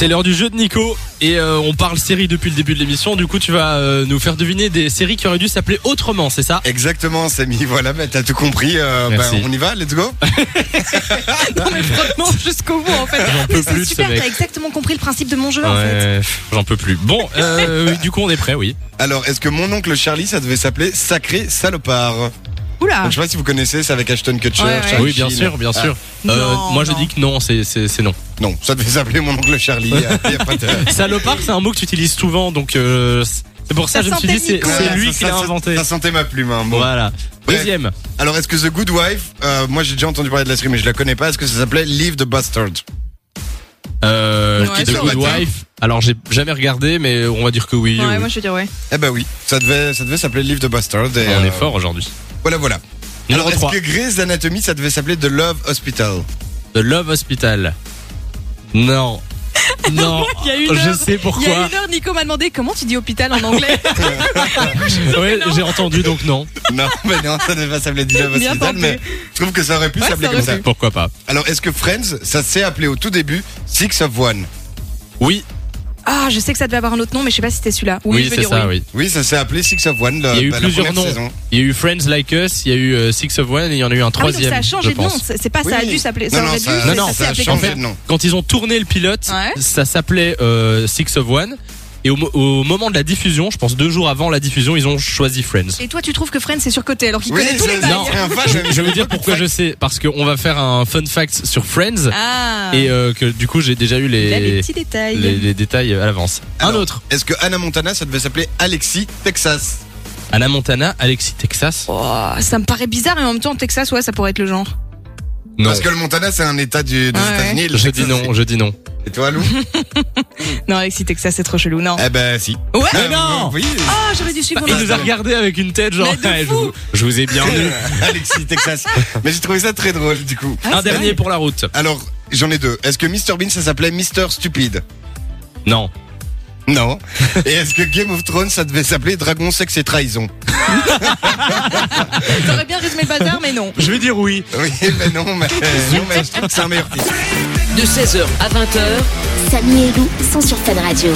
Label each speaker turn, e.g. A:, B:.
A: C'est l'heure du jeu de Nico et euh, on parle série depuis le début de l'émission. Du coup, tu vas euh, nous faire deviner des séries qui auraient dû s'appeler autrement, c'est ça
B: Exactement, Samy. Voilà, bah, t'as tout compris. Euh, bah,
A: Merci.
B: on y va, let's go.
C: Non mais franchement jusqu'au bout en fait.
A: J'en peux
C: Mais
A: plus
C: c'est
A: de ce
C: super,
A: mec.
C: t'as exactement compris le principe de mon jeu en fait.
A: Ouais, pff, j'en peux plus. Bon, euh, du coup, on est prêt, oui.
B: Alors, est-ce que mon oncle Charlie, ça devait s'appeler Sacré Salopard
C: Oula.
B: Donc, Je sais pas si vous connaissez, c'est avec Ashton Kutcher.
C: Ah. Ouais, ouais.
B: Charlie
A: oui, bien
B: Sheen.
A: sûr, bien sûr. Euh,
C: Non,
A: moi, je
C: non.
A: dis que non, c'est- c'est c'est non.
B: Ah, non, ça devait s'appeler mon oncle Charlie. Y a pas de-
A: Salopard, c'est un mot que tu utilises souvent, donc euh, c'est pour ça, que
C: Ça
A: je me suis
C: sentait
A: dit c'est
C: Nico.
A: c'est
B: Ouais,
A: lui
B: ça-
A: qui l'a
B: ça- ça-
A: inventé.
B: Ça sentait ma plume. hein, bon.
A: Voilà.
B: Bref.
A: Deuxième.
B: Alors, est-ce que The Good Wife, euh, moi j'ai déjà entendu parler de la série, mais je la connais pas. Est-ce que ça s'appelait Leave the Bastard
A: Euh,
C: Ouais,
A: The
B: ça
A: Good
B: va,
A: Wife. Alors, j'ai jamais regardé, mais on va dire que oui. oui.
C: Ouais, moi je veux dire ouais.
B: Eh ben oui, ça devait, ça devait s'appeler Leave the Bastard. Et,
A: on
B: euh,
A: est fort aujourd'hui.
B: Voilà, voilà. Alors,
A: Numéro
B: est-ce
A: 3.
B: que Grey's Anatomy, ça devait s'appeler The Love Hospital
A: The Love Hospital. Non. Non.
C: Il y a une
A: je
C: heure.
A: sais
C: Il y a
A: pourquoi.
C: une heure, Nico m'a demandé comment tu dis hôpital en anglais.
A: Ouais, j'ai entendu donc non.
B: Non, mais non, ça devait s'appeler The Love
C: Bien
B: Hospital,
C: tenté.
B: mais je trouve que ça aurait pu
C: Ouais,
B: s'appeler
C: ça
B: comme
C: aurait
B: ça.
C: pu.
A: Pourquoi pas
B: Alors, est-ce que Friends, ça s'est appelé au tout début Six of One
A: Oui,
C: Ah, je sais que ça devait avoir un autre nom, mais je sais pas si c'était celui-là. Oui,
A: oui,
C: je veux
A: c'est
C: dire
A: ça,
C: oui.
A: oui.
B: Oui, ça s'est appelé Six of One, la,
A: Il y a eu
B: bah, la
A: plusieurs
B: première
A: noms.
B: saison.
A: Il y a eu Friends Like Us, il y a eu euh, Six of One et il y en a eu un
C: Ah oui, donc
A: troisième.
C: ça a changé
A: je
C: de nom.
A: pense.
C: C'est c'est pas ça a
B: Oui.
C: dû s'appeler.
B: Non,
C: Ça
B: non,
C: aurait dû.
B: ça-
A: non,
C: mais
A: non,
C: s'est
A: ça a
C: appelé
B: changé
C: comme
B: de nom.
A: Quand ils ont tourné le pilote,
C: Ouais.
A: ça s'appelait euh, Six of One. Et au, mo- au moment de la diffusion, je pense deux jours avant la diffusion, ils ont choisi Friends.
C: ça. Et toi, tu trouves que Friends c'est surcoté alors qu'il
B: Oui,
C: connaît tous les
B: ça-
C: bails.
A: Non.
B: c'est un vache.
A: Je, je vais vous dire pourquoi je sais. Parce qu'on va faire un fun fact sur Friends.
C: Ah.
A: Et euh, que du coup, j'ai déjà eu
C: Il a les
A: les,
C: petits détails.
A: les, les détails euh, à l'avance. Un
B: Alors.
A: autre.
B: Est-ce que Anna Montana, ça devait s'appeler Alexis Texas
A: Anna Montana, Alexis Texas.
C: Oh, ça me paraît bizarre et en même temps Texas ouais ça pourrait être le genre.
A: Non.
B: Parce que le Montana, c'est un état du, des
C: Ouais, ouais.
B: États-Unis. le
A: Je
B: Texas,
A: dis non, je dis non.
B: c'est- Et toi, Lou
C: Non Alexis Texas c'est trop chelou non.
B: Eh ben, si.
C: Ouais.
A: Mais non
B: Oui.
C: Ah j'aurais dû suivre.
A: Bah, Il
C: mon
A: nous a regardé avec une tête genre.
C: Mais de
A: Ouais, je,
C: fou.
A: vous, je vous ai bien eu.
B: Alexis Texas. Mais j'ai trouvé ça très drôle, du coup.
C: Ah,
A: Un
C: c'est
A: dernier pour la route.
B: Alors, j'en ai deux. Est-ce que Mr Bean, ça s'appelait Mr Stupide
A: Non.
B: Non. Et est-ce que Game of Thrones, ça devait s'appeler Dragon, Sexe et Trahison
C: T'aurais bien résumé le bazar, mais non.
A: Je vais dire oui.
B: Oui, ben non, mais, non, mais je trouve que c'est un meilleur titre.
D: De 16h à 20h,
E: Samy et Lou sont sur Fan Radio.